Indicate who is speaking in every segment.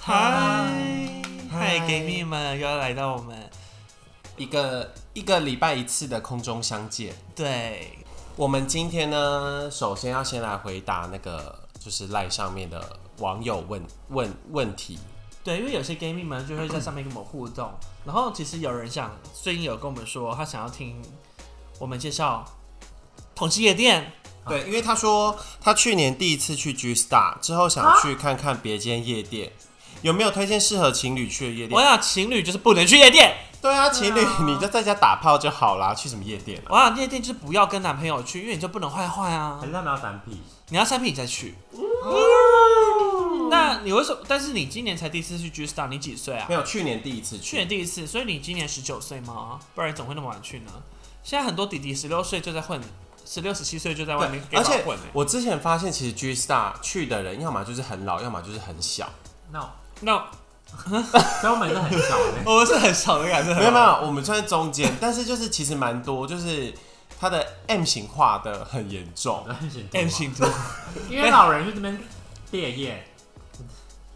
Speaker 1: 嗨
Speaker 2: 嗨
Speaker 1: 嗨，给你们又要来到我们
Speaker 2: 一个一个礼拜一次的空中相见。
Speaker 1: 对
Speaker 2: 我们今天呢，首先要先来回答那个就是赖上面的网友问问问题。
Speaker 1: 对，因为有些 gay 蜜们就会在上面跟我们互动，然后其实有人想最近有跟我们说，他想要听我们介绍同志夜店，
Speaker 2: 对，因为他说他去年第一次去 G Star 之后，想去看看别间夜店，有没有推荐适合情侣去的夜
Speaker 1: 我
Speaker 2: 店？
Speaker 1: 想情侣就是不能去夜店，
Speaker 2: 对啊，情侣你就在家打炮就好啦，去什么夜店啊？
Speaker 1: 我想夜店就是不要跟男朋友去，因为你就不能坏坏啊
Speaker 3: 还，
Speaker 2: 嗯
Speaker 3: 是他们要反屁？
Speaker 1: 你要三品你再去。那你为什么？但是你今年才第一次去 G Star，你几岁啊
Speaker 2: 没？有，去年第一次
Speaker 1: 去
Speaker 2: 去
Speaker 1: 年。第一次，所以你今年十九岁吗？不然你怎么会那么晚去呢？现在很多弟弟十六岁就在混，十六十七岁就在外面给
Speaker 2: 而且
Speaker 1: 混、欸、
Speaker 2: 我之前发现，其实 G Star 去的人，要么就是很老，要么就是很小。
Speaker 3: 那我
Speaker 1: 那，
Speaker 3: 所以我们是很小的
Speaker 1: 我们是很小的感觉，
Speaker 2: 没有没有，我们算在中间， 但是就是其实蛮多，就是它的 M 型化的很严重。
Speaker 3: 很显著啊
Speaker 1: M 型 图，
Speaker 3: 因为老人去这边烈焰，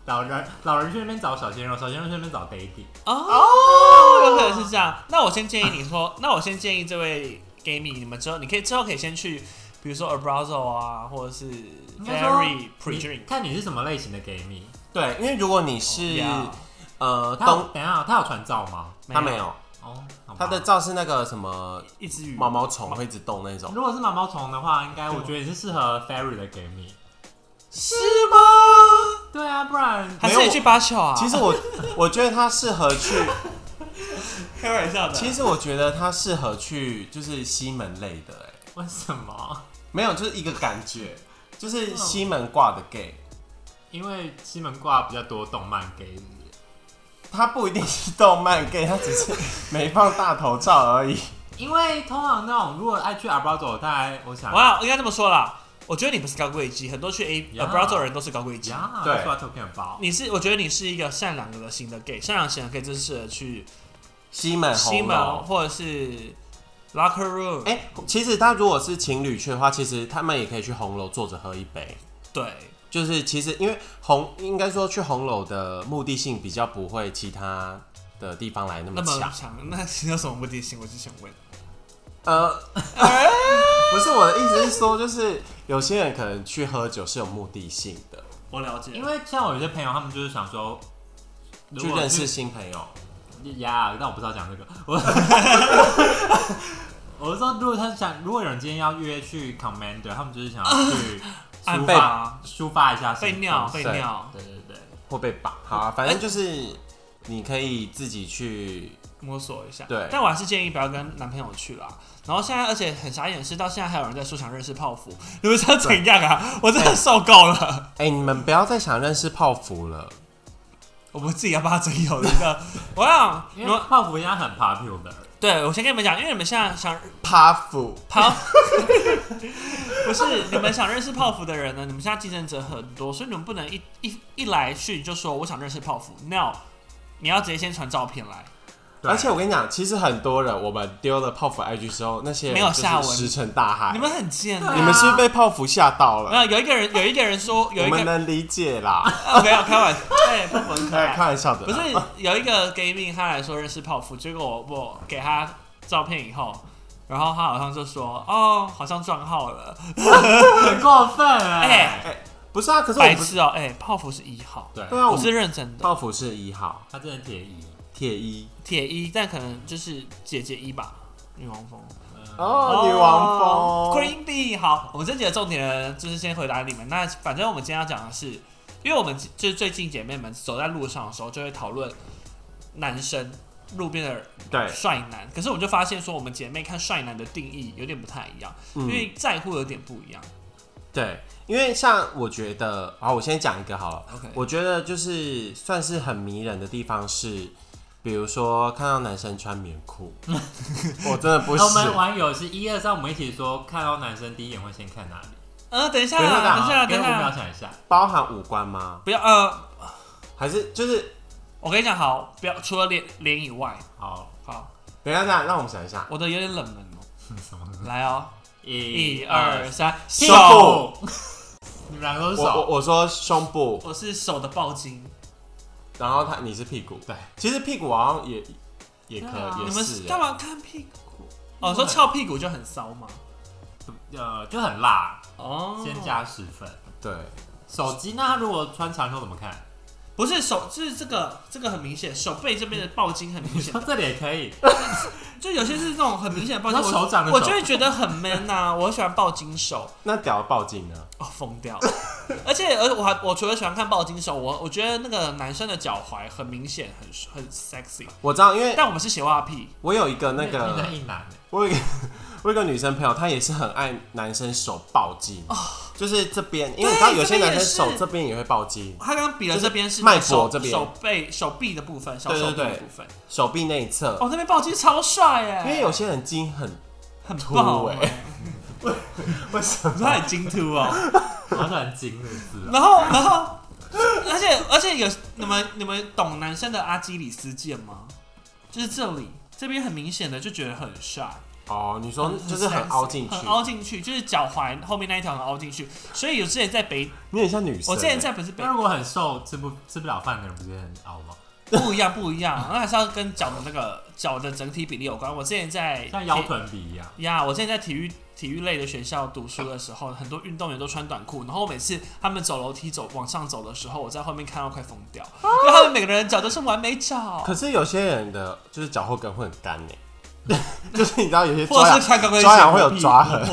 Speaker 3: 老人老人去那边找小鲜肉，小鲜肉去那边找 baby。
Speaker 1: 哦，有可能是这样。那我先建议你 说，那我先建议这位 gay 迷，你们之后你可以之后可以先去，比如说 Abrazo 啊，或者是
Speaker 3: 该说
Speaker 1: Very Pre
Speaker 3: 你
Speaker 1: Drink，
Speaker 3: 看你是什么类型的 gay 蜜？
Speaker 2: 对，因为如果你是、
Speaker 1: 呀
Speaker 2: 呃
Speaker 3: 哦他有
Speaker 2: 东，
Speaker 3: 等一下，他有传照吗？
Speaker 2: 他没，有，
Speaker 3: 哦，好吧
Speaker 2: 他的照是那个什么
Speaker 1: 一只鱼
Speaker 2: 毛毛虫会一直动那种。
Speaker 3: 如果是毛毛虫的话，应该我觉得你是适合 fairy 的 gay 蜜。
Speaker 1: 是吗？
Speaker 3: 对啊，不然
Speaker 1: 还
Speaker 2: 没
Speaker 1: 是
Speaker 2: 有
Speaker 1: 你去八球啊？
Speaker 2: 其实我 我觉得他适合去，
Speaker 1: 开玩笑的，
Speaker 2: 其实我觉得他适合去就是西门类的、欸，
Speaker 3: 为什么？
Speaker 2: 没有，就是一个感觉，就是西门挂的 gay，
Speaker 3: 因为西门挂比较多动漫 gay，是不是
Speaker 2: 他不一定是动漫 gay，他只是没放大头照而已。
Speaker 3: 因为通常那种如果爱去阿包走，他还我想
Speaker 1: 哇，应该这么说啦。我觉得你不是高贵鸡，很多去 A 呃
Speaker 3: 呀
Speaker 1: Abrazo 的人都是高贵鸡。
Speaker 3: 呀，
Speaker 2: 对
Speaker 3: 刷照片包。
Speaker 1: 你是，我觉得你是一个善良的型的 gay，善良型的 gay 就是适合去
Speaker 2: 西门红
Speaker 1: 西
Speaker 2: 楼
Speaker 1: 门或者是 locker room，、
Speaker 2: 哎、其实他如果是情侣去的话，其实他们也可以去红楼坐着喝一杯。
Speaker 1: 对，
Speaker 2: 就是其实因为红，应该说去红楼的目的性比较不会其他的地方来那
Speaker 1: 那
Speaker 2: 么
Speaker 1: 么
Speaker 2: 强。
Speaker 1: 强， 那是有什么目的性？我就想问，
Speaker 2: 呃， 不是我的意思是说，就是有些人可能去喝酒是有目的性的，
Speaker 1: 我了解，
Speaker 3: 因为像我有些朋友，他们就是想说，如
Speaker 2: 去
Speaker 3: 果
Speaker 2: 认
Speaker 3: 是
Speaker 2: 识新朋友。
Speaker 3: 呀但我不知道讲这个。我 我是说，如果他想，如果有人今天要约去 Commander，他们就是想要去
Speaker 1: 按
Speaker 3: 抒
Speaker 1: 被
Speaker 3: 发抒发一下
Speaker 1: 啊被
Speaker 3: 心
Speaker 1: 尿被
Speaker 3: 情
Speaker 2: 嗯对
Speaker 1: 尿
Speaker 3: 对对对，
Speaker 2: 会被绑。好、啊，反正就是你可以自己去，
Speaker 1: 摸索一下，
Speaker 2: 对
Speaker 1: 但我还是建议不要跟男朋友去啦。然后现在，而且很傻眼的是，到现在还有人在说想认识泡芙，你们想怎样啊？我真的受够了，
Speaker 2: 哎、你们不要再想认识泡芙了。
Speaker 1: 我们自己要帮他真有的，你知 道？我想你
Speaker 3: 因为
Speaker 1: 们，
Speaker 3: 泡芙应该很 popular。
Speaker 1: 对我先跟你们讲，因为你们现在想
Speaker 2: 泡芙，
Speaker 1: 泡， 不是你们想认识泡芙的人呢？你们现在竞争者很多，所以你们不能一一一来去就说我想认识泡芙。No，你要直接先传照片来，
Speaker 3: 对
Speaker 2: 而且我跟你讲，其实很多人我们丢了泡芙 IG 之后，那些人
Speaker 1: 没有
Speaker 2: 就是
Speaker 1: 下文
Speaker 2: 石沉大海。
Speaker 1: 你们很贱啊！
Speaker 3: 对
Speaker 2: 哎你们是不是被泡芙吓到
Speaker 1: 没
Speaker 2: 了？
Speaker 1: 有有一个人有一个人说有
Speaker 2: 我
Speaker 1: 一个
Speaker 2: 们能理解啦，
Speaker 1: 啊没有开玩笑，哎，不分
Speaker 2: 开
Speaker 1: 开，
Speaker 2: 开玩笑的
Speaker 1: 不
Speaker 2: 啦。
Speaker 1: 是有一个 gay 命他来说认识泡芙，结果我我给他照片以后。然后他好像就说：“哦，好像撞号了，
Speaker 3: 很过分哎、
Speaker 1: 哎、
Speaker 2: 不是啊，可是我
Speaker 1: 白
Speaker 2: 不是
Speaker 1: 痴哦，哎、泡芙是一号，
Speaker 3: 对，
Speaker 2: 对啊，
Speaker 1: 我
Speaker 2: 我们
Speaker 1: 是认真的，
Speaker 2: 泡芙是一号
Speaker 3: 他真的铁一。
Speaker 2: 铁一
Speaker 1: 铁一，但可能就是姐姐一吧，女王蜂。
Speaker 3: 嗯
Speaker 2: 哦，女
Speaker 1: 哦
Speaker 2: 王风
Speaker 1: Creepy。好，我们这集的重点呢，就是先回答你们。那反正我们今天要讲的是，因为我们就是最近姐妹们走在路上的时候，就会讨论男生路边的
Speaker 2: 对，
Speaker 1: 帅男。可是我们就发现说，我们姐妹看帅男的定义有点不太一样，因
Speaker 2: 嗯，
Speaker 1: 为在乎有点不一样。
Speaker 2: 对，因为像我觉得，好，我先讲一个好了。
Speaker 1: OK，
Speaker 2: 我觉得就是算是很迷人的地方是，比如说看到男生穿棉 裤，我真的不
Speaker 3: 那
Speaker 2: 行
Speaker 3: 我。们玩游戏一二三，我们一起说，看到男生第一眼会先看哪里？
Speaker 1: 呃，等一下，
Speaker 2: 等
Speaker 1: 等
Speaker 2: 一下
Speaker 1: 一下，
Speaker 3: 给
Speaker 1: 等
Speaker 3: 我
Speaker 1: 一
Speaker 3: 五秒
Speaker 1: 下，
Speaker 3: 想一下。
Speaker 2: 包含五官吗？
Speaker 1: 不要呃，
Speaker 2: 还是就是
Speaker 1: 我跟你讲，好，不要除了脸脸以外，
Speaker 3: 好，
Speaker 1: 好，
Speaker 2: 等一下，等一下，让我们想一下。
Speaker 1: 我的有点冷门哦。
Speaker 3: 什么？
Speaker 1: 来哦，一
Speaker 3: 一
Speaker 1: 二三，
Speaker 2: 手
Speaker 3: 你们两个都是
Speaker 2: 我我
Speaker 3: 手。
Speaker 2: 我说胸部，
Speaker 1: 我是手的暴金，
Speaker 2: 然后他你是屁股，
Speaker 3: 对，
Speaker 2: 其实屁股好像也也可
Speaker 1: 对啊
Speaker 2: 也
Speaker 1: 你们
Speaker 2: 是
Speaker 1: 干
Speaker 2: 欸，
Speaker 1: 嘛看屁股？哦，说翘屁股就很骚吗？
Speaker 3: 呃，就很辣，
Speaker 1: 哦，
Speaker 3: 先加十分。
Speaker 2: 对，
Speaker 3: 手机那他如果穿长袖怎么看？
Speaker 1: 不是手，就是这个这个很明显，手背这边的爆筋很明显
Speaker 3: 说，这里也可以，
Speaker 1: 就有些是那种很明显的爆
Speaker 3: 那
Speaker 1: 筋，
Speaker 3: 手掌的
Speaker 1: 我
Speaker 3: 手
Speaker 1: 我就会觉得很 man 呐、我喜欢爆筋手，
Speaker 2: 那屌报警呢？
Speaker 1: 哦，疯 掉。而且而且我还我除了喜欢看爆筋手，我我觉得那个男生的脚踝很明显，很很 sexy，
Speaker 2: 我知道，因为
Speaker 1: 但我们是斜袜屁，
Speaker 2: 我有一个那
Speaker 3: 你那
Speaker 2: 个，
Speaker 3: 一男欸
Speaker 2: 我有一个我有一个女生朋友，她也是很爱男生手暴击，就是这边，因为你知道
Speaker 1: 对
Speaker 2: 有些
Speaker 1: 这边
Speaker 2: 男生
Speaker 1: 也
Speaker 2: 手
Speaker 1: 是
Speaker 2: 这边也会暴击，
Speaker 1: 他刚刚比了这边是
Speaker 2: 就是脉搏
Speaker 1: 手
Speaker 2: 这边
Speaker 1: 手背手臂的部分，小
Speaker 2: 对
Speaker 1: 手
Speaker 2: 对
Speaker 1: 臂的
Speaker 2: 对
Speaker 1: 部分。
Speaker 2: 手臂内侧，
Speaker 1: 哦，那边爆筋超帅耶，
Speaker 2: 因为有些人筋很，
Speaker 1: 很
Speaker 2: 凸
Speaker 1: 爆
Speaker 2: 欸
Speaker 1: 哎，
Speaker 2: 为什
Speaker 1: 你说他很精突哦。
Speaker 3: 好喜欢金的字啊，
Speaker 1: 然后，然后，而且而且有你们你们懂男生的阿基里斯腱吗？就是这里这边很明显的就觉得很帅，
Speaker 2: 哦，你说就是很凹进去
Speaker 1: 很，凹进去，就是脚踝后面那一条很凹进去。所以有之前在北，
Speaker 2: 你很像女生欸。
Speaker 1: 我之前在不是北
Speaker 3: 那如果很瘦吃不吃不了饭的人，不是很凹吗？
Speaker 1: 不一样不一样，那还是要跟脚的那个脚的整体比例有关。我之前在
Speaker 3: 像腰臀比一样，
Speaker 1: 呀我之前在体育体育类的学校读书的时候，很多运动员都穿短裤，然后每次他们走楼梯走往上走的时候，我在后面看到快疯掉，因为他们每个人脚都是完美脚，
Speaker 2: 可是有些人的就是脚后跟会很干呢， 就是你知道有些
Speaker 1: 或
Speaker 2: 抓
Speaker 1: 者
Speaker 2: 痒
Speaker 1: 是穿高跟鞋
Speaker 2: 抓痒会有抓痕。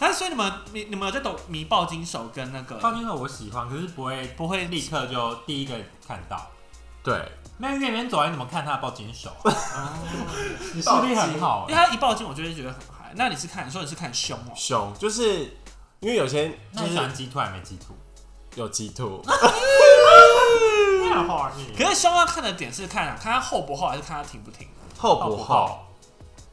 Speaker 1: 但是所以你们你你们有在抖迷爆金手跟那
Speaker 3: 高
Speaker 1: 个
Speaker 3: 金手我喜欢，可是不会
Speaker 1: 不会
Speaker 3: 立刻就第一个看到。
Speaker 2: 对，
Speaker 3: 那月圆走来怎么看他的抱紧手啊？
Speaker 1: 哦，
Speaker 3: 你视力很好
Speaker 1: 因为
Speaker 3: 欸，
Speaker 1: 他一爆金我就会觉得很嗨。那你是看你说你是看胸哦，
Speaker 2: 胸就是因为有些
Speaker 3: 那
Speaker 2: 就
Speaker 3: 你喜
Speaker 2: 是
Speaker 3: 欢鸡突还没鸡突？
Speaker 2: 有鸡突，
Speaker 3: 太好你
Speaker 1: 可是胸要看的点是看啊，看他厚不厚还是看他挺不挺。
Speaker 2: 厚不厚？？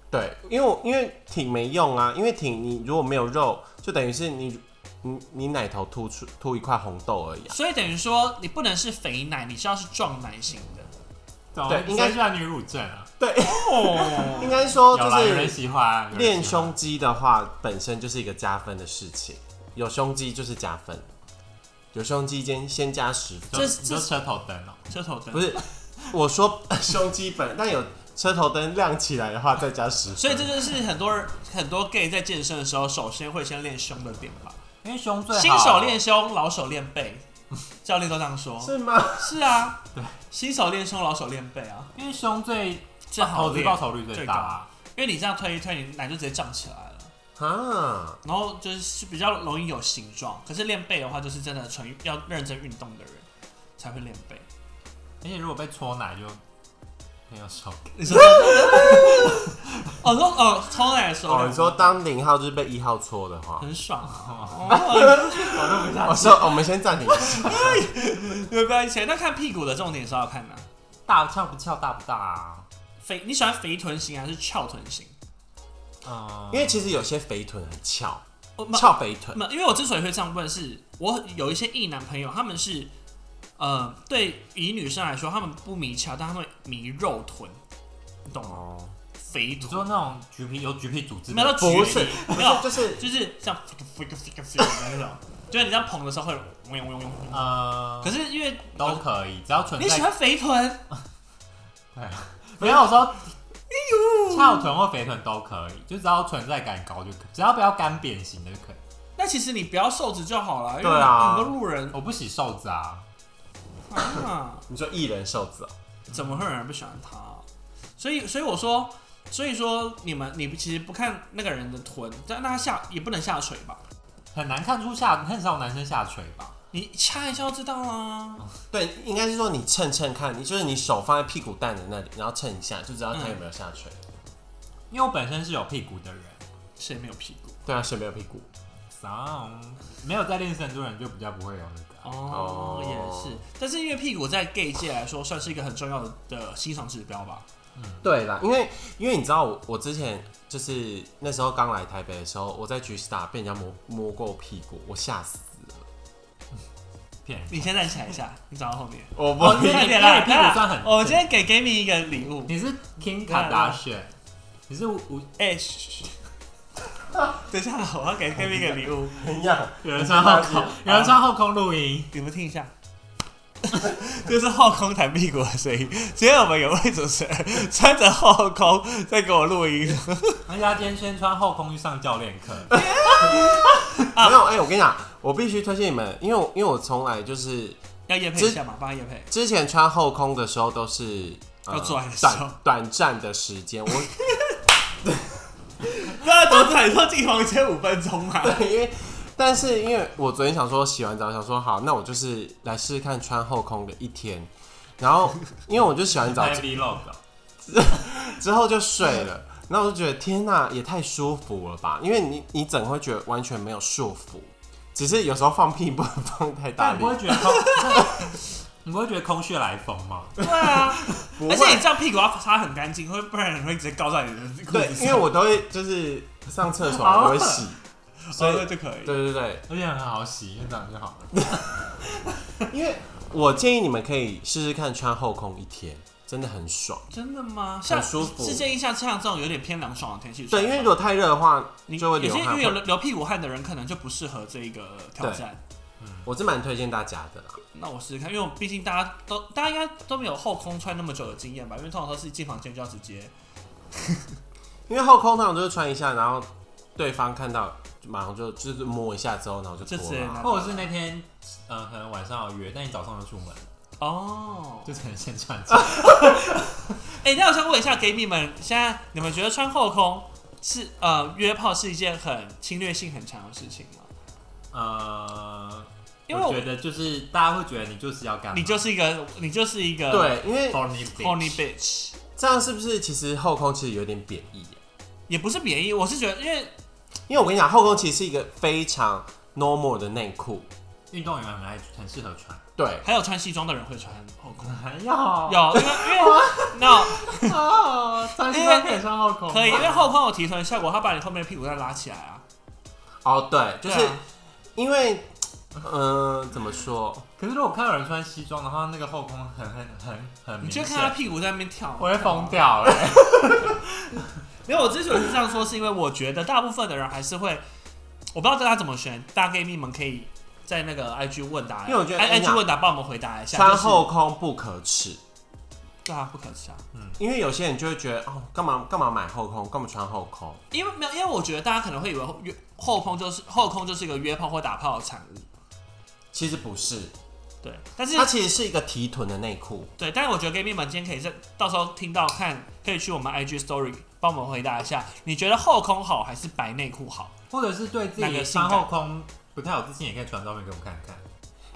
Speaker 2: 对，因为我因为挺没用啊，因为挺你如果没有肉，就等于是你你你奶头凸出凸一块红豆而已啊。
Speaker 1: 所以等于说你不能是肥奶，你是要是壮奶型的。
Speaker 3: 对
Speaker 2: 对，
Speaker 3: 应
Speaker 2: 应
Speaker 3: 该
Speaker 2: 该
Speaker 3: 是女乳症啊。
Speaker 2: 对， 应
Speaker 1: 哦，
Speaker 2: 该说
Speaker 3: 有
Speaker 2: 就
Speaker 3: 啦，有人
Speaker 2: 是
Speaker 3: 喜欢有啊人喜欢
Speaker 2: 练胸肌的话，本身就是一个加分的事情，有胸肌就是加分，有胸肌先先加十分。
Speaker 3: 就
Speaker 1: 这
Speaker 3: 你就车头灯哦，
Speaker 1: 车头灯
Speaker 2: 不。是，我 说胸肌本，但有车头灯亮起来的话，再加十分。
Speaker 1: 所以这就是很多人很多 gay 在健身的时候，首先会先练胸的点吧。
Speaker 3: 因为胸最好。
Speaker 1: 新手练胸，老手练背，教练都这样说。
Speaker 2: 是吗？
Speaker 1: 是啊，新手练胸，老手练背啊，
Speaker 3: 因为胸最
Speaker 1: 最好
Speaker 3: 投资
Speaker 1: 练，
Speaker 3: 报酬率最大啊。
Speaker 1: 因为你这样推一推，你奶就直接胀起来了。
Speaker 2: 啊，
Speaker 1: 然后就是比较容易有形状，可是练背的话，就是真的纯要认真运动的人才会练背。
Speaker 3: 而且如果被搓奶就很有 手感。
Speaker 1: 你说，哦，说哦，抽奶的时候，
Speaker 2: 哦，你嗯说当零号就是被一号戳的话，
Speaker 1: 很爽啊！哦，
Speaker 2: 我说我们先暂停一下。
Speaker 1: 有关系。那看屁股的重点是要看哪？
Speaker 3: 大翘不翘，大不大啊？
Speaker 1: 肥，你喜欢肥臀型还是翘臀型？
Speaker 3: 嗯，
Speaker 2: 因为其实有些肥臀很翘，
Speaker 1: 我
Speaker 2: 哦翘肥臀，
Speaker 1: 那因为我之所以会这样问是，我有一些异男朋友，他们是，呃，对以女生来说，他们不迷翘，但他们迷肉臀，你懂吗？
Speaker 2: 哦，
Speaker 1: 肥
Speaker 3: 你
Speaker 1: 臀，
Speaker 3: 说那种橘皮有橘皮组织
Speaker 1: 没有
Speaker 3: 的，
Speaker 1: 到
Speaker 2: 不
Speaker 1: 绝
Speaker 2: 是
Speaker 1: 地，
Speaker 2: 不
Speaker 1: 没有
Speaker 2: 是，，就是
Speaker 1: 就是像那种，就是你这样捧的时候会嗡嗡嗡嗡。
Speaker 3: 呃
Speaker 1: 可，是因为
Speaker 3: 都可以，只要存
Speaker 1: 你喜
Speaker 3: 在。
Speaker 1: 欢肥臀，
Speaker 3: 没有我说，
Speaker 1: 哎
Speaker 3: 翘臀或肥臀都可以，就只要存在感高就可以，只要不要干扁型的就可以。
Speaker 1: 那其实你不要瘦子就好了，因为
Speaker 2: 对啊
Speaker 1: 很多路人
Speaker 3: 我不洗瘦子啊，
Speaker 1: 啊，
Speaker 2: 你说艺人瘦子哦，
Speaker 1: 怎么会有人不喜欢他？啊所以，所以我说，所以说你们，你其实不看那个人的臀，但那他下也不能下垂吧？
Speaker 3: 很难看出下，很少男生下垂吧？
Speaker 1: 你掐一下就知道啦。
Speaker 3: 哦
Speaker 2: 对，应该是说你蹭蹭看，你就是你手放在屁股蛋的那里，然后蹭一下，就知道它有没有下垂。
Speaker 3: 因为我本身是有屁股的人，
Speaker 1: 谁没有屁股？
Speaker 2: 对啊，谁没有屁股？
Speaker 3: 上没有在练深度的人就比较不会有那个。
Speaker 1: 哦，
Speaker 2: 哦
Speaker 1: 也是。但是因为屁股在 gay 界来说，算是一个很重要的欣赏指标吧。
Speaker 2: 对啦，因为因为你知道我我之前就是那时候刚来台北的时候，我在 G Star 被人家摸摸过屁股，我吓死了。
Speaker 3: 骗人。
Speaker 1: 你先站起来一下，你找到后 面。
Speaker 2: 我
Speaker 3: 哦你
Speaker 1: 快
Speaker 3: 你
Speaker 1: 点
Speaker 3: 那
Speaker 1: 啦
Speaker 3: 你屁股算很
Speaker 1: 我们今天给 Gaming 一个礼物。
Speaker 3: 你是 King Kardashian，你是无
Speaker 1: 哎、嘘嘘 等一下，我要给 Gaming 一个礼物，
Speaker 2: 很痒，
Speaker 3: 有人穿后空，有人穿后空录音，
Speaker 1: 你们听一下。 这是后空弹屁股的声音。今天我们有位主持人穿着后空在给我录音，
Speaker 3: 而且他今天先穿后空去上教练 课，
Speaker 2: 没有，哎、我跟你讲，我必须推荐你们，因为我因为我从来就是
Speaker 1: 要夜配一下嘛，帮他夜配。
Speaker 2: 之前穿后空的时候都是。呃
Speaker 1: 要做爱的时候
Speaker 2: 短短暂的时间，我
Speaker 1: 那多少你说进房间五分钟嘛？
Speaker 2: 对，因为但是因为我昨天想说洗完澡想说好，那我就是来试试看穿后空的一天，然后 因为我就洗完澡
Speaker 3: 拍 vlog 哦
Speaker 2: 之后就睡了，然后我就觉得天呐，也太舒服了吧，因为你你整会觉得完全没有束缚，只是有时候放屁不能放太大
Speaker 3: 但你
Speaker 2: 力
Speaker 3: 不，会觉得空， 你不会觉得空穴来风吗？
Speaker 1: 对啊，
Speaker 2: 不
Speaker 1: 而且
Speaker 2: 会
Speaker 1: 你这样屁股要擦很干净，会不然很容易直接高在你的裤
Speaker 2: 对
Speaker 1: 子，
Speaker 2: 因为
Speaker 1: 上。
Speaker 2: 我都会就是上 厕
Speaker 1: 啊
Speaker 2: 所我都会洗，所
Speaker 1: 哦，
Speaker 2: 以
Speaker 1: 那就可以。
Speaker 2: 对对对，
Speaker 3: 而且很好洗，就这样就好了。
Speaker 2: 因为我建议你们可以试试看穿后空一天，真的很爽。
Speaker 1: 真的吗？像
Speaker 2: 舒服
Speaker 1: 是建议像像这种有点偏凉爽的天气穿吧。
Speaker 2: 对，因为如果太热的话，
Speaker 1: 你
Speaker 2: 就会
Speaker 1: 有
Speaker 2: 流
Speaker 1: 些因
Speaker 2: 汗
Speaker 1: 为有流流屁股汗的人，可能就不适合这一个挑战。
Speaker 2: 我是蛮推荐大家的啦。
Speaker 1: 那我试试看，因为我毕竟大家都大家应该都没有后空穿那么久的经验吧，因为通常都是一进房间就要直接。
Speaker 2: 因为后空通常就是穿一下，然后对方看到就马上就就是摸一下之后，然后就
Speaker 1: 就直
Speaker 2: 脱
Speaker 1: 接
Speaker 2: 了
Speaker 1: 拿
Speaker 2: 啊。
Speaker 3: 或者是那天，呃，可能晚上有约，但你早上就出门了，
Speaker 1: 哦，
Speaker 3: 就只能先穿起来。
Speaker 1: 哎、那我想问一下 gay 蜜们，现在你们觉得穿后空是呃约炮是一件很侵略性很强的事情吗？
Speaker 3: 呃，
Speaker 1: 因为
Speaker 3: 我
Speaker 1: 我
Speaker 3: 觉得就是大家会觉得你就是要干嘛，
Speaker 1: 你就是一个你就是一个
Speaker 2: 对，因为
Speaker 3: horny
Speaker 1: horny
Speaker 3: bitch。
Speaker 1: bitch，
Speaker 2: 这样是不是其实后空其实有点贬义啊、
Speaker 1: 也不是贬义，我是觉得因为
Speaker 2: 因为我跟你讲，后空其实是一个非常 normal 的内裤。
Speaker 3: 运动员很爱，很适合穿。
Speaker 2: 对，
Speaker 1: 还有穿西装的人会穿后空。
Speaker 3: 还 要
Speaker 1: 有，因为因为 no
Speaker 3: 啊，穿西装可以穿后空吗，
Speaker 1: 可以，因为后空有提臀效果，它把你后面的屁股再拉起来啊。
Speaker 2: 哦对，就是
Speaker 1: 对啊
Speaker 2: 因为，嗯、怎么说？
Speaker 3: 可是如果看到有人穿西装的话，那个后空很很很很
Speaker 1: 你
Speaker 3: 明
Speaker 1: 就看他
Speaker 3: 显，
Speaker 1: 屁股在那边跳，啊
Speaker 3: 我会疯。掉 欸了。
Speaker 1: 没有，我之所以是这样说，是因为我觉得大部分的人还是会，我不知道大家怎么选，大 gay 蜜们可以在那个 IG 问答，哎
Speaker 2: 因为我觉得
Speaker 1: I,
Speaker 2: 跟你
Speaker 1: IG
Speaker 2: 讲
Speaker 1: 问答帮我们回答一下，
Speaker 2: 穿后空不可耻，
Speaker 1: 就是对啊，不可耻啊，
Speaker 2: 因为有些人就会觉得哦，干嘛干嘛买后空，干嘛穿后空？
Speaker 1: 因为没有，因为我觉得大家可能会以为后约后空就是后空就是一个约炮或打炮的产物，
Speaker 2: 其实不是，
Speaker 1: 对，但是
Speaker 2: 它其实是一个提臀的内裤。
Speaker 1: 对，但是我觉得 gay 蜜们今天可以在到时候听到看，可以去我们 IG Story 帮我们回答一下，你觉得后空好还是白内裤好？
Speaker 3: 或者是对自
Speaker 1: 哪个
Speaker 3: 己
Speaker 1: 性感
Speaker 3: 穿后空不太有自信，也可以传照片给我们看看。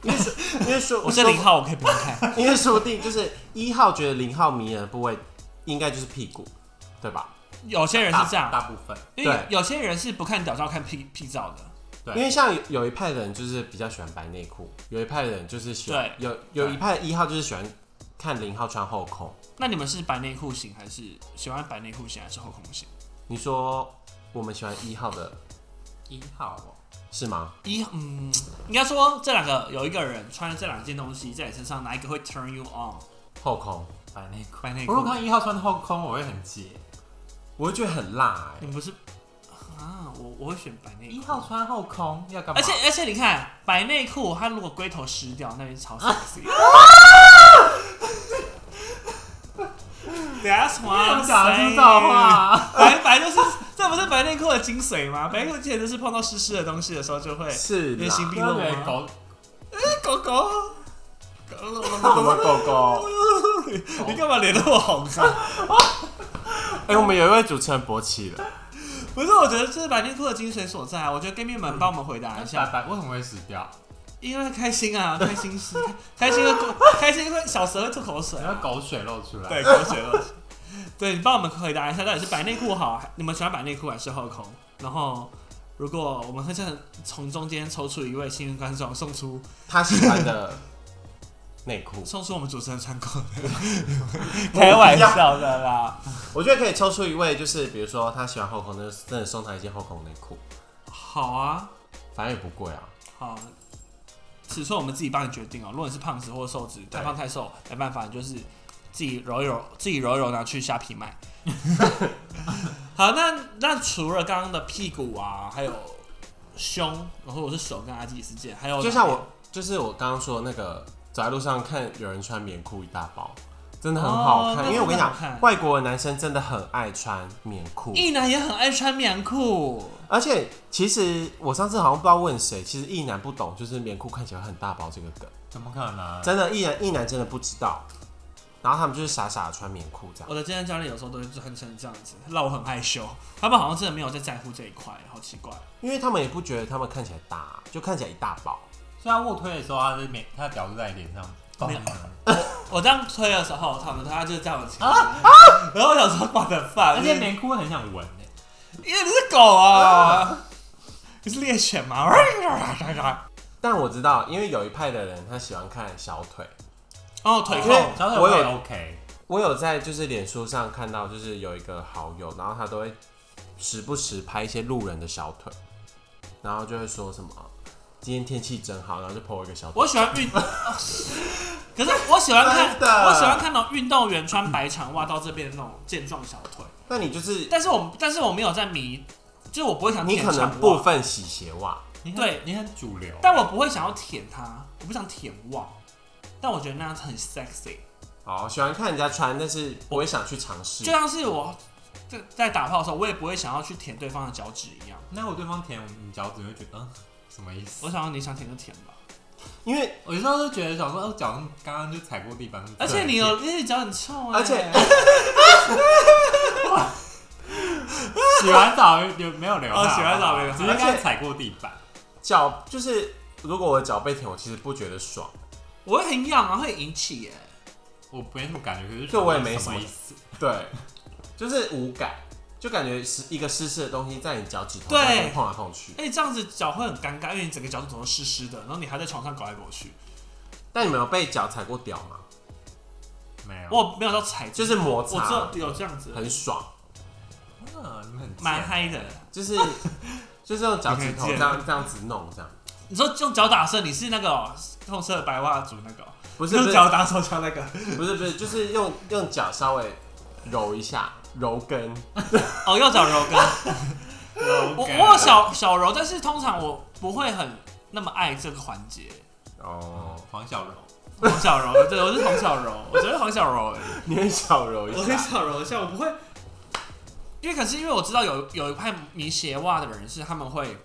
Speaker 2: 因为 说
Speaker 1: 我是零号，我可以不用 看。
Speaker 2: 因为说不定就是一号觉得零号迷人的部位应该就是屁股，对吧？
Speaker 1: 有些人是这样，
Speaker 3: 大大部分
Speaker 1: 因为
Speaker 2: 对
Speaker 1: 有些人是不看屌照看屁屁照的。
Speaker 3: 对
Speaker 2: 因为像有有一派的人就是比较喜欢白内裤，有一派的人就是喜欢有有一派一号就是喜欢看零号穿后空。
Speaker 1: 那你们是白内裤型还是喜欢白内裤型还是后空型？
Speaker 2: 你说我们喜欢一号的
Speaker 3: 一号哦，
Speaker 2: 是吗？
Speaker 1: 一嗯，应该说这两个有一个人穿了这两件东西在你身上，哪一个会 turn you on？
Speaker 2: 后空，
Speaker 3: 白内裤。
Speaker 1: 白内
Speaker 3: 我如果
Speaker 1: 裤，
Speaker 3: 看一号穿的后空，我会很解。
Speaker 2: 我会觉得很辣哎、
Speaker 1: 你不是啊？我我会选白内
Speaker 3: 一
Speaker 1: 裤。
Speaker 3: 号穿后空要干嘛？
Speaker 1: 而且而且你看，白内裤它如果龟头湿掉，那边超 sexy。That's
Speaker 3: 我
Speaker 1: why
Speaker 3: 讲的是造，化，
Speaker 1: 白白就是这不是白内裤的精髓吗？白内裤之前就是碰到湿湿的东西的时候就会
Speaker 2: 欸是
Speaker 1: 原形
Speaker 2: 啦，
Speaker 1: 毕露
Speaker 3: 对
Speaker 1: 吗？
Speaker 3: 狗
Speaker 1: 狗狗，
Speaker 2: 我们狗狗。
Speaker 1: 你干嘛脸那么红啊？
Speaker 2: 哎、我们有一位主持人勃起了，
Speaker 1: 不是，我觉得这是白内裤的精髓所在啊！我觉得 gay 蜜们帮我们回答一
Speaker 3: 白
Speaker 1: 下，
Speaker 3: 白为什么会死掉？
Speaker 1: 因为开心啊，开心是 开心会开心会小蛇会吐口水啊。
Speaker 3: 然后狗水露出来。
Speaker 1: 对，，口水了。 对，你帮我们回答一下，到底是白内裤好，还你们喜欢白内裤还是后空？然后，如果我们会在从中间抽出一位幸运观众，送出
Speaker 2: 他喜欢的内裤，
Speaker 1: 送出我们主持人穿 过的，开玩笑的啦。
Speaker 2: 我觉得可以抽出一位，就是比如说他喜欢后空，那就真的送他一件后空内裤，
Speaker 1: 好啊，
Speaker 2: 反正也不贵啊。
Speaker 1: 好，尺寸我们自己帮你决定哦。如果你是胖子或瘦子，太胖太瘦，没办法，你就是自己揉一揉，自己揉一揉，拿去虾皮卖。 好，那那除了刚刚的屁股啊，还有胸，然后我是手跟阿基里斯腱，还有
Speaker 2: 就像我，就是我刚刚说的那个走在路上看有人穿棉裤一大包，真的很好
Speaker 1: 哦
Speaker 2: 看。
Speaker 1: 那
Speaker 2: 因为我跟
Speaker 1: 真
Speaker 2: 你
Speaker 1: 的
Speaker 2: 讲
Speaker 1: 好看，
Speaker 2: 外国的男生真的很爱穿棉裤，
Speaker 1: 一男也很爱穿棉裤，
Speaker 2: 而且其实我上次好像不知道问谁，其实一男不懂，就是棉裤看起来很大包这个梗，
Speaker 3: 怎么可能？
Speaker 2: 真的，一男一男真的不知道。然后他们就是傻傻的穿棉裤这样。
Speaker 1: 我的健身教练有时候都是很成这样子，让我很害羞。他们好像真的没有在在乎这一块，好奇怪。
Speaker 2: 因为他们也不觉得他们看起来大，就看起来一大包。
Speaker 3: 虽然卧推的时候，他是没他的屌是在你脸上放
Speaker 1: 没
Speaker 3: 的
Speaker 1: 有，我这样推的时候，他们他就在我前面，然后我想说我的饭，
Speaker 3: 而且棉裤会很想闻欸诶。
Speaker 1: 因为你是狗啊，你是猎犬 吗？
Speaker 2: 但我知道，因为有一派的人他喜欢看小腿。
Speaker 1: 哦，腿
Speaker 2: 因为
Speaker 1: 控，
Speaker 3: 小腿
Speaker 2: 我有
Speaker 3: 我也 OK，
Speaker 2: 我有在就是脸书上看到，就是有一个好友，然后他都会时不时拍一些路人的小腿，然后就会说什么今天天气真好，然后就 po 一个小腿。
Speaker 1: 我喜欢运，可是我喜欢看
Speaker 2: 真，的
Speaker 1: 我喜欢看那种运动员穿白长袜到这边的那种健壮小腿，
Speaker 2: 那你就是
Speaker 1: 但是我但是我没有在迷，就是我不会想
Speaker 2: 你
Speaker 1: 舔
Speaker 2: 可能
Speaker 1: 长
Speaker 2: 部
Speaker 1: 袜，
Speaker 2: 分洗鞋袜，
Speaker 3: 你很
Speaker 1: 对
Speaker 3: 你很主流，
Speaker 1: 但我不会想要舔它，我不想舔袜，但我觉得那样很 sexy。
Speaker 2: 哦，喜欢看人家穿，但是不会想去尝
Speaker 1: 就
Speaker 2: 试。
Speaker 1: 像是我在在打炮的时候，我也不会想要去舔对方的脚趾一样。
Speaker 3: 那我对方舔你脚趾，你会觉得嗯什么意思
Speaker 1: 我？想要你想舔就舔吧。
Speaker 2: 因为
Speaker 3: 我有时候就觉得想说，哦，脚刚刚就踩过地板，
Speaker 1: 而且你有，而且脚很臭哎、
Speaker 2: 而且
Speaker 3: 洗完澡有没有流汗？
Speaker 1: 哦洗完澡没流汗
Speaker 3: 只是刚刚踩过地板。
Speaker 2: 脚就是如果我的脚被舔，我其实不觉得爽。
Speaker 1: 我会很痒啊，会引起耶、
Speaker 3: 我没什么感觉，可是
Speaker 2: 这我也没什
Speaker 3: 什
Speaker 2: 么
Speaker 3: 么意思。
Speaker 2: 对，就是无感，就感觉是一个湿湿的东西在你脚趾头
Speaker 1: 对
Speaker 2: 上面碰来碰去。
Speaker 1: 而且哎这样子脚会很尴尬，因为你整个脚趾头都湿湿的，然后你还在床上搞来搞去。
Speaker 2: 但你们有被脚踩过屌吗？
Speaker 3: 没有，
Speaker 1: 我没有到踩，
Speaker 2: 就是
Speaker 1: 我
Speaker 2: 摩
Speaker 1: 只
Speaker 2: 擦
Speaker 1: 有，有这样子，
Speaker 2: 很爽，
Speaker 3: 啊你们很
Speaker 1: 蛮
Speaker 3: 贱
Speaker 1: 嗨的。
Speaker 2: 就是 就是用脚趾头这样这样子弄，这样
Speaker 1: 你说用脚打射，你是那个哦痛射白袜族那个哦，
Speaker 2: 不是不
Speaker 1: 用
Speaker 2: 是
Speaker 1: 脚打手枪那个？
Speaker 2: 不是不是，就是用用脚稍微揉一下，揉根，
Speaker 1: 哦，右脚柔跟。 我
Speaker 3: 我
Speaker 1: 我有小小柔，但是通常我不会很那么爱这个环节。
Speaker 2: 哦，
Speaker 3: 黄小柔，
Speaker 1: 黄小柔，对，我是黄小柔，我觉得黄小柔而已，
Speaker 2: 你很小揉
Speaker 1: 我
Speaker 2: 一
Speaker 1: 是
Speaker 2: 下，
Speaker 1: 小柔一下，我不会，因为可是因为我知道有有一派迷鞋袜的人是他们会，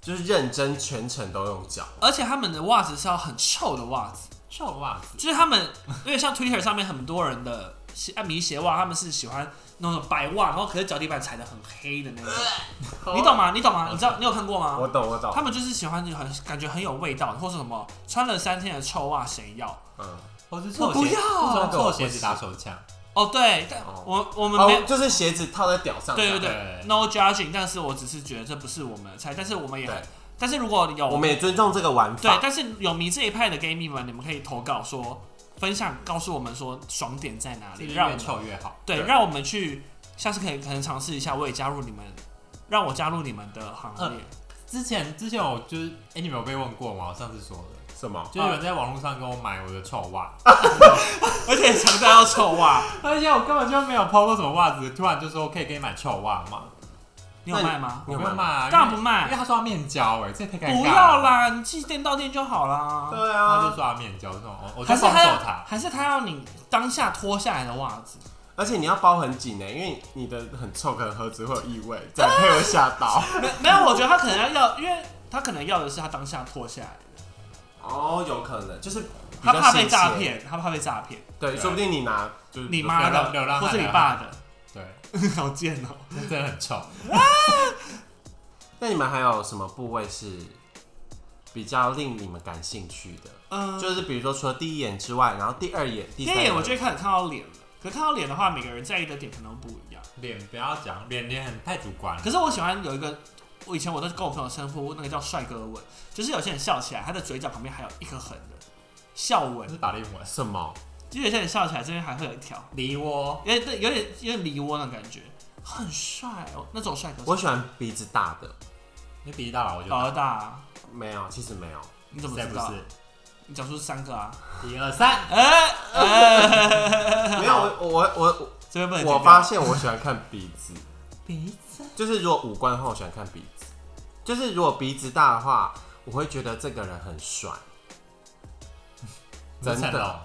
Speaker 2: 就是认真全程都用脚，
Speaker 1: 而且他们的袜子是要很臭的袜子，
Speaker 3: 臭袜子，
Speaker 1: 就是他们因为像 Twitter 上面很多人的鞋啊迷鞋袜，他们是喜欢那种白袜，然后可是脚底板踩的很黑的那种， 你懂吗？你懂吗？你知道你有看过吗？
Speaker 2: 我懂我懂，
Speaker 1: 啊他们就是喜欢就很感觉很有味道，或是什么穿了三天的臭袜谁要？
Speaker 2: 嗯，
Speaker 3: 我是
Speaker 1: 我
Speaker 3: 臭
Speaker 1: 不
Speaker 3: 鞋，
Speaker 1: 要。
Speaker 3: 臭鞋子打手枪，
Speaker 1: 哦，对，但
Speaker 2: 哦
Speaker 1: 我我们没有
Speaker 2: 哦，就是鞋子套在屌上，
Speaker 1: 对对
Speaker 2: 这样
Speaker 1: 对
Speaker 3: 对
Speaker 1: ，no judging，但是我只是觉得这不是我们的菜，但是我们也很
Speaker 2: 对，
Speaker 1: 但是如果有
Speaker 2: 我们也尊重这个玩
Speaker 1: 对，
Speaker 2: 法，
Speaker 1: 但是有迷这一派的 gay 蜜们，你们可以投稿说分享，告诉我们说爽点在哪
Speaker 3: 这
Speaker 1: 里，让我
Speaker 3: 越
Speaker 1: 们
Speaker 3: 臭越好。
Speaker 1: 对，
Speaker 2: 对
Speaker 1: 让我们去下次可以可能尝试一下，我也加入你们，让我加入你们的行列。
Speaker 3: 之前之前我就是，哎，你们有被问过吗？我上次说的，
Speaker 2: 什么？
Speaker 3: 就是有人在网络上跟我买我的臭袜，
Speaker 1: 而且强调要臭袜，
Speaker 3: 而且我根本就没有抛过什么袜子，突然就说可以给你买臭袜吗？
Speaker 1: 你有
Speaker 2: 那你
Speaker 1: 卖吗？
Speaker 2: 你
Speaker 3: 我
Speaker 2: 有买
Speaker 3: 不要
Speaker 2: 吗
Speaker 3: 卖啊，
Speaker 1: 当然
Speaker 3: 因为
Speaker 1: 不卖
Speaker 3: 因为他说要面交，哎，这太尴尬了。
Speaker 1: 不要，啦，你寄店到店就好啦。
Speaker 2: 对
Speaker 3: 他就
Speaker 2: 啊，
Speaker 3: 说要面交，这种我我
Speaker 1: 还
Speaker 3: 就是放
Speaker 1: 他
Speaker 3: 手
Speaker 1: 要
Speaker 3: 他，
Speaker 1: 还是他要你当下脱下来的袜子。
Speaker 2: 而且你要包很紧呢，欸因为你的很臭，可能盒子会有异味，这样被我吓 到。
Speaker 1: 没没有，我觉得他可能要要，因为他可能要的是他当下脱下来的，
Speaker 2: 哦，有可能，就是比
Speaker 1: 他
Speaker 2: 较嗯
Speaker 1: 怕被
Speaker 2: 新
Speaker 1: 诈
Speaker 2: 鲜
Speaker 1: 骗，他怕被诈骗，
Speaker 2: 对，
Speaker 3: 对
Speaker 2: 说不定你拿就是
Speaker 1: 你妈
Speaker 3: 流流
Speaker 1: 的，
Speaker 3: 浪
Speaker 1: 或
Speaker 3: 汉
Speaker 1: 是你爸的，
Speaker 3: 对，
Speaker 1: 好贱哦、
Speaker 3: 真的很臭。
Speaker 2: 那你们还有什么部位是比较令你们感兴趣的？
Speaker 1: 嗯，
Speaker 2: 就是比如说除了第一眼之外，然后第二眼、第
Speaker 1: 第
Speaker 2: 三
Speaker 1: 一眼我就
Speaker 2: 得
Speaker 1: 会开始看到脸了，可看到脸的话，每个人在意的点可能不一样。
Speaker 3: 脸不要讲，脸脸很太主观了。
Speaker 1: 可是我喜欢有一个，我以前我都跟我朋友称呼那个叫帅哥吻，就是有些人笑起来，他的嘴角旁边还有一颗痕的笑
Speaker 3: 我
Speaker 1: 纹，
Speaker 3: 是打猎文，
Speaker 2: 什么？
Speaker 1: 就有些人笑起来这边还会有一条，
Speaker 3: 梨窝，
Speaker 1: 有点有点有点梨窝那种感觉，很帅哦，那种帅哥。
Speaker 2: 我喜欢鼻子大的，
Speaker 3: 你鼻子大了我就
Speaker 1: 老
Speaker 3: 打
Speaker 1: 二大啊，
Speaker 2: 没有，其实没有。
Speaker 1: 你怎么
Speaker 3: 谁
Speaker 1: 知
Speaker 3: 不
Speaker 1: 道？
Speaker 3: 是？
Speaker 1: 你讲出三个 啊？
Speaker 3: 一二三，
Speaker 1: 哎哎，
Speaker 2: 没有，我我我
Speaker 1: 这边不能剪
Speaker 2: 我我
Speaker 1: 掉
Speaker 2: 发现我喜欢看鼻子，
Speaker 1: 鼻子，
Speaker 2: 就是如果五官的话，我喜欢看鼻子。就是如果鼻子大的话，我会觉得这个人很帅。真
Speaker 3: 成龙
Speaker 2: 的
Speaker 3: 哦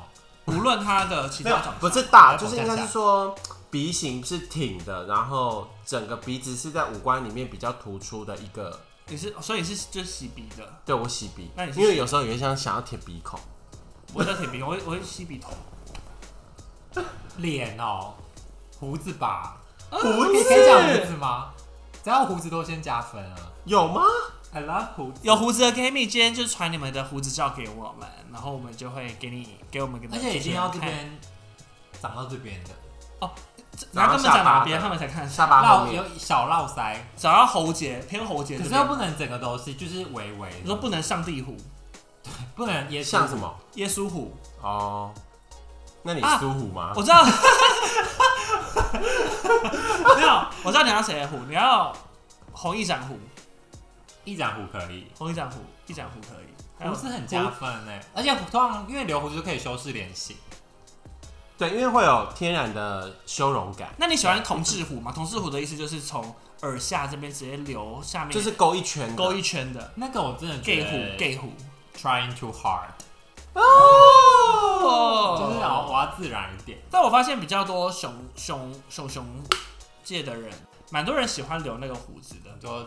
Speaker 1: 无论他的其
Speaker 3: 没
Speaker 1: 他
Speaker 3: 有
Speaker 1: 长相
Speaker 2: 不是大，
Speaker 3: 再
Speaker 2: 就
Speaker 3: 往
Speaker 2: 是
Speaker 3: 下
Speaker 2: 应该是说鼻型是挺的，然后整个鼻子是在五官里面比较突出的一个。
Speaker 1: 你是，所以你是就是洗鼻的，
Speaker 2: 对我洗鼻
Speaker 1: 那你，是
Speaker 2: 因为有时候也会想想要舔鼻孔，
Speaker 1: 我叫舔鼻，我会我会吸鼻头，
Speaker 3: 脸哦，胡子吧，
Speaker 1: 啊
Speaker 3: 你可以讲胡子吗？只要胡子都先加分啊
Speaker 2: 有吗？
Speaker 3: ！I love 胡子，
Speaker 1: 有胡子的 Kimi 今天就传你们的胡子照给我们，然后我们就会给你给我们给，
Speaker 3: 而且已经要这
Speaker 1: 看，
Speaker 3: 边长到这边的，
Speaker 1: 然后他们
Speaker 2: 长到
Speaker 1: 讲
Speaker 2: 下巴
Speaker 1: 哪边
Speaker 2: 的
Speaker 1: 他们才看得上，
Speaker 2: 下巴后
Speaker 3: 绕
Speaker 2: 面
Speaker 3: 有小绕腮，
Speaker 1: 找到喉结偏喉结
Speaker 3: 可
Speaker 1: 这
Speaker 3: 是
Speaker 1: 边，
Speaker 3: 又不能整个都是，就是微微的，
Speaker 1: 你说不能上地虎、
Speaker 3: 不能也
Speaker 2: 像什么？
Speaker 1: 耶稣虎，
Speaker 2: 哦，那你
Speaker 1: 啊
Speaker 2: 舒服吗？
Speaker 1: 我知道， 没有，我知道你要谁的虎，你要红翼展虎，
Speaker 3: 一展胡可以，
Speaker 1: 红翼展虎，一展虎可以，还有
Speaker 3: 胡子很加分呢。而且通常因为留胡子就可以修饰脸型，
Speaker 2: 对，因为会有天然的修容感，
Speaker 1: 那你喜欢同志虎吗？同志虎的意思就是从耳下这边直接流下面，
Speaker 2: 就是勾一圈的，
Speaker 1: 勾一圈的
Speaker 3: 那个我真的
Speaker 1: gay
Speaker 3: 觉得
Speaker 1: 虎，gay 虎。
Speaker 3: trying too hard，
Speaker 1: 哦
Speaker 3: 就是要我要自然一点。
Speaker 1: 但我发现比较多熊熊熊熊界的人，蛮多人喜欢留那个胡子的
Speaker 3: 你，说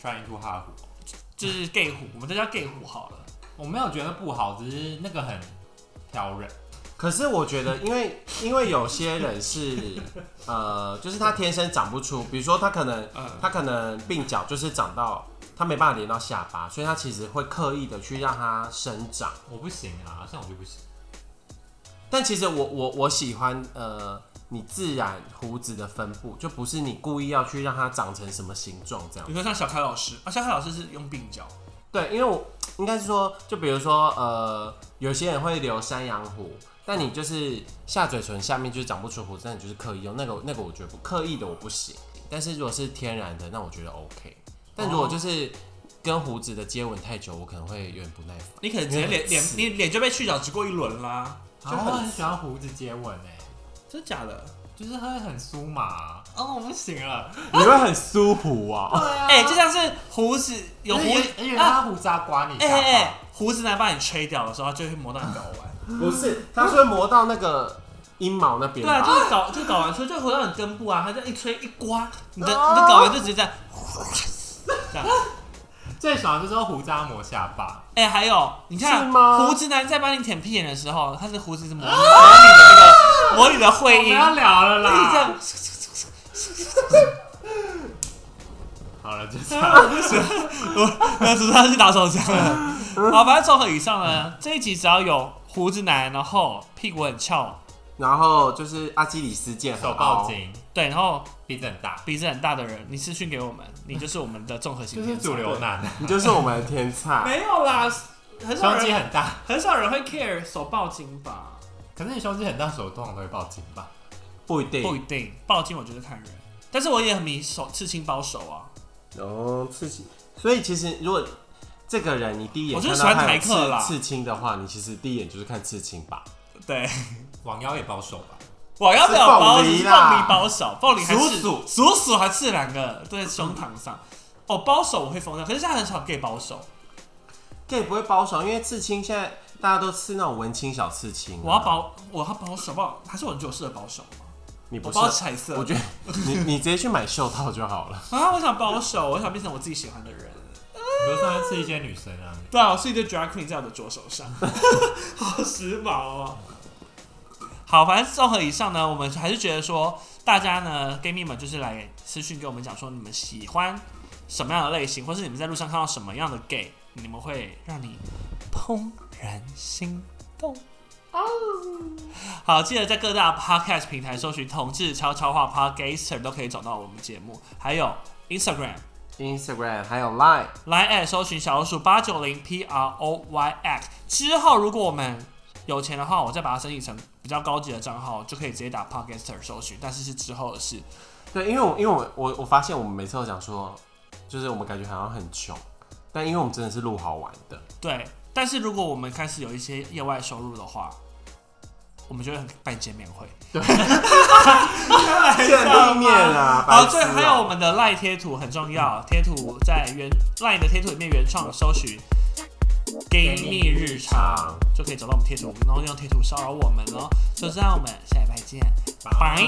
Speaker 3: trying too hard 胡，
Speaker 1: 就是 gay 胡，我们这叫 gay 胡好了。
Speaker 3: 我没有觉得不好，只是那个很挑人。
Speaker 2: 可是我觉得，因为因为有些人是呃，就是他天生长不出，比如说他可能
Speaker 1: 嗯，
Speaker 2: 他可能鬓角就是长到他没办法连到下巴，所以他其实会刻意的去让它生长。
Speaker 3: 我不行啊，像我就不行。
Speaker 2: 但其实我我我喜欢呃，你自然胡子的分布，就不是你故意要去让它长成什么形状这样
Speaker 1: 比。如说像小凯老师啊，小凯老师是用鬓角，
Speaker 2: 对，因为我应该是说，就比如说呃，有些人会留山羊胡，但你就是下嘴唇下面就是长不出胡子，那你就是刻意用那个那个，我觉得不刻意的我不行。但是如果是天然的，那我觉得 OK。但如果就是跟胡子的接吻太久，我可能会有点不耐烦。
Speaker 1: 你可能直接脸
Speaker 2: 因为
Speaker 1: 脸
Speaker 2: 很刺
Speaker 1: 你脸就被去角质过一轮啦，
Speaker 3: 就我很喜欢胡子接吻哎、
Speaker 1: 真假的？
Speaker 3: 就是会很酥麻。哦，我不行
Speaker 1: 啊
Speaker 3: 了。
Speaker 2: 你会很舒服啊？
Speaker 1: 哎、就像是胡子有胡
Speaker 3: 而且而且他胡渣刮你
Speaker 1: 哎
Speaker 3: 下巴，
Speaker 1: 哎哎，胡子男把你吹掉的时候，他就会磨到你睾丸。
Speaker 2: 不是，它是会磨到那个阴毛那边
Speaker 1: 对啊，
Speaker 2: 吧。
Speaker 1: 就是搞就搞完吹，就回到你根部啊，他这样一吹一刮，你的你的睾丸就直接这样。这 样，
Speaker 3: 最爽就是胡渣磨下巴。
Speaker 1: 哎、还有你
Speaker 2: 是
Speaker 1: 看
Speaker 2: 吗
Speaker 1: 胡子男在帮你舔屁眼的时候，他的胡子是磨 磨你的那个磨你的
Speaker 3: 我
Speaker 1: 会
Speaker 3: 们
Speaker 1: 阴，
Speaker 3: 要聊了
Speaker 1: 就是这
Speaker 3: 啦。
Speaker 1: 样。
Speaker 3: 好了，就这样。
Speaker 1: 那主持人去打手枪了。好，反正综合以上呢，这一集只要有胡子男，然后屁股很翘，
Speaker 2: 然后就是阿基里斯腱很
Speaker 3: 手
Speaker 2: 凹
Speaker 3: 抱，紧，
Speaker 1: 对，然后
Speaker 3: 鼻子很大，
Speaker 1: 鼻子很大的人，你私讯给我们，你就是我们的综合
Speaker 3: 就
Speaker 1: 型
Speaker 3: 是
Speaker 1: 天才
Speaker 3: 主流男，
Speaker 2: 你就是我们的天菜。
Speaker 1: 没有啦，很少
Speaker 3: 胸
Speaker 1: 人
Speaker 3: 肌很大。
Speaker 1: 很少人会 care 手抱紧吧？
Speaker 3: 可是你胸肌很大，手通常都会抱紧吧？
Speaker 2: 不一定，
Speaker 1: 不一定，抱紧我觉得看人，但是我也很迷手刺青包手啊，
Speaker 2: 哦，刺青。所以其实如果这个人你第一眼
Speaker 1: 我就是
Speaker 2: 看到
Speaker 1: 喜欢
Speaker 2: 他
Speaker 1: 台
Speaker 2: 有
Speaker 1: 客
Speaker 2: 刺
Speaker 1: 啦
Speaker 2: 刺青的话，你其实第一眼就是看刺青吧。
Speaker 1: 对。
Speaker 3: 网腰也抱手吧？
Speaker 1: 我要不要包
Speaker 2: 是凤梨啦
Speaker 1: 凤梨包手，凤梨还是
Speaker 2: 鼠
Speaker 1: 鼠鼠还刺两个对胸膛上。哦，包手我会疯掉，可是现在很少 gay 包手。
Speaker 2: gay 不会保守，因为刺青现在大家都刺那种文青小刺青、啊
Speaker 1: 我要，包，我要包手，不好还是我就适合包手吗？
Speaker 2: 你
Speaker 1: 我
Speaker 2: 不是
Speaker 1: 包？彩色
Speaker 2: 我觉得你你直接去买袖套就好了。
Speaker 1: 啊，我想包手，我想变成我自己喜欢的人。
Speaker 3: 你都算是一些女生啊。
Speaker 1: 对啊，我是一对 drag queen 在我的左手上， 好时髦哦。好，反正综合以上呢，我们还是觉得说，大家呢，gay 蜜们就是来私讯给我们讲说，你们喜欢什么样的类型，或是你们在路上看到什么样的 gay，你们会让你怦然心动。好，记得在各大 podcast 平台搜寻“同志悄悄话 ”（Podcaster） 都可以找到我们节目，还有 Instagram、
Speaker 2: Instagram 还有 Line，
Speaker 1: 来 at 搜寻小老鼠八九零 P R O Y X 之后，如果我们有钱的话，我再把它申请成比较高级的账号，就可以直接打 Podcaster 搜寻，但是是之后的事。
Speaker 2: 对，因为我因为我我我发现我们每次都讲说，就是我们感觉好像很穷，但因为我们真的是录好玩 的，
Speaker 1: 对，但是如果我们开始有一些业外收入的话，我们就会很办见面会。
Speaker 2: 见地面啊，
Speaker 1: 好，
Speaker 2: 白痴
Speaker 1: 对，还有
Speaker 2: 哦
Speaker 1: 我们的赖贴图很重要，贴图在原赖的贴图里面原创搜寻给你日常就可以找到我们哦贴图，然后用贴图骚扰我们喽。就这样，我们下礼拜见，
Speaker 3: 拜
Speaker 1: 拜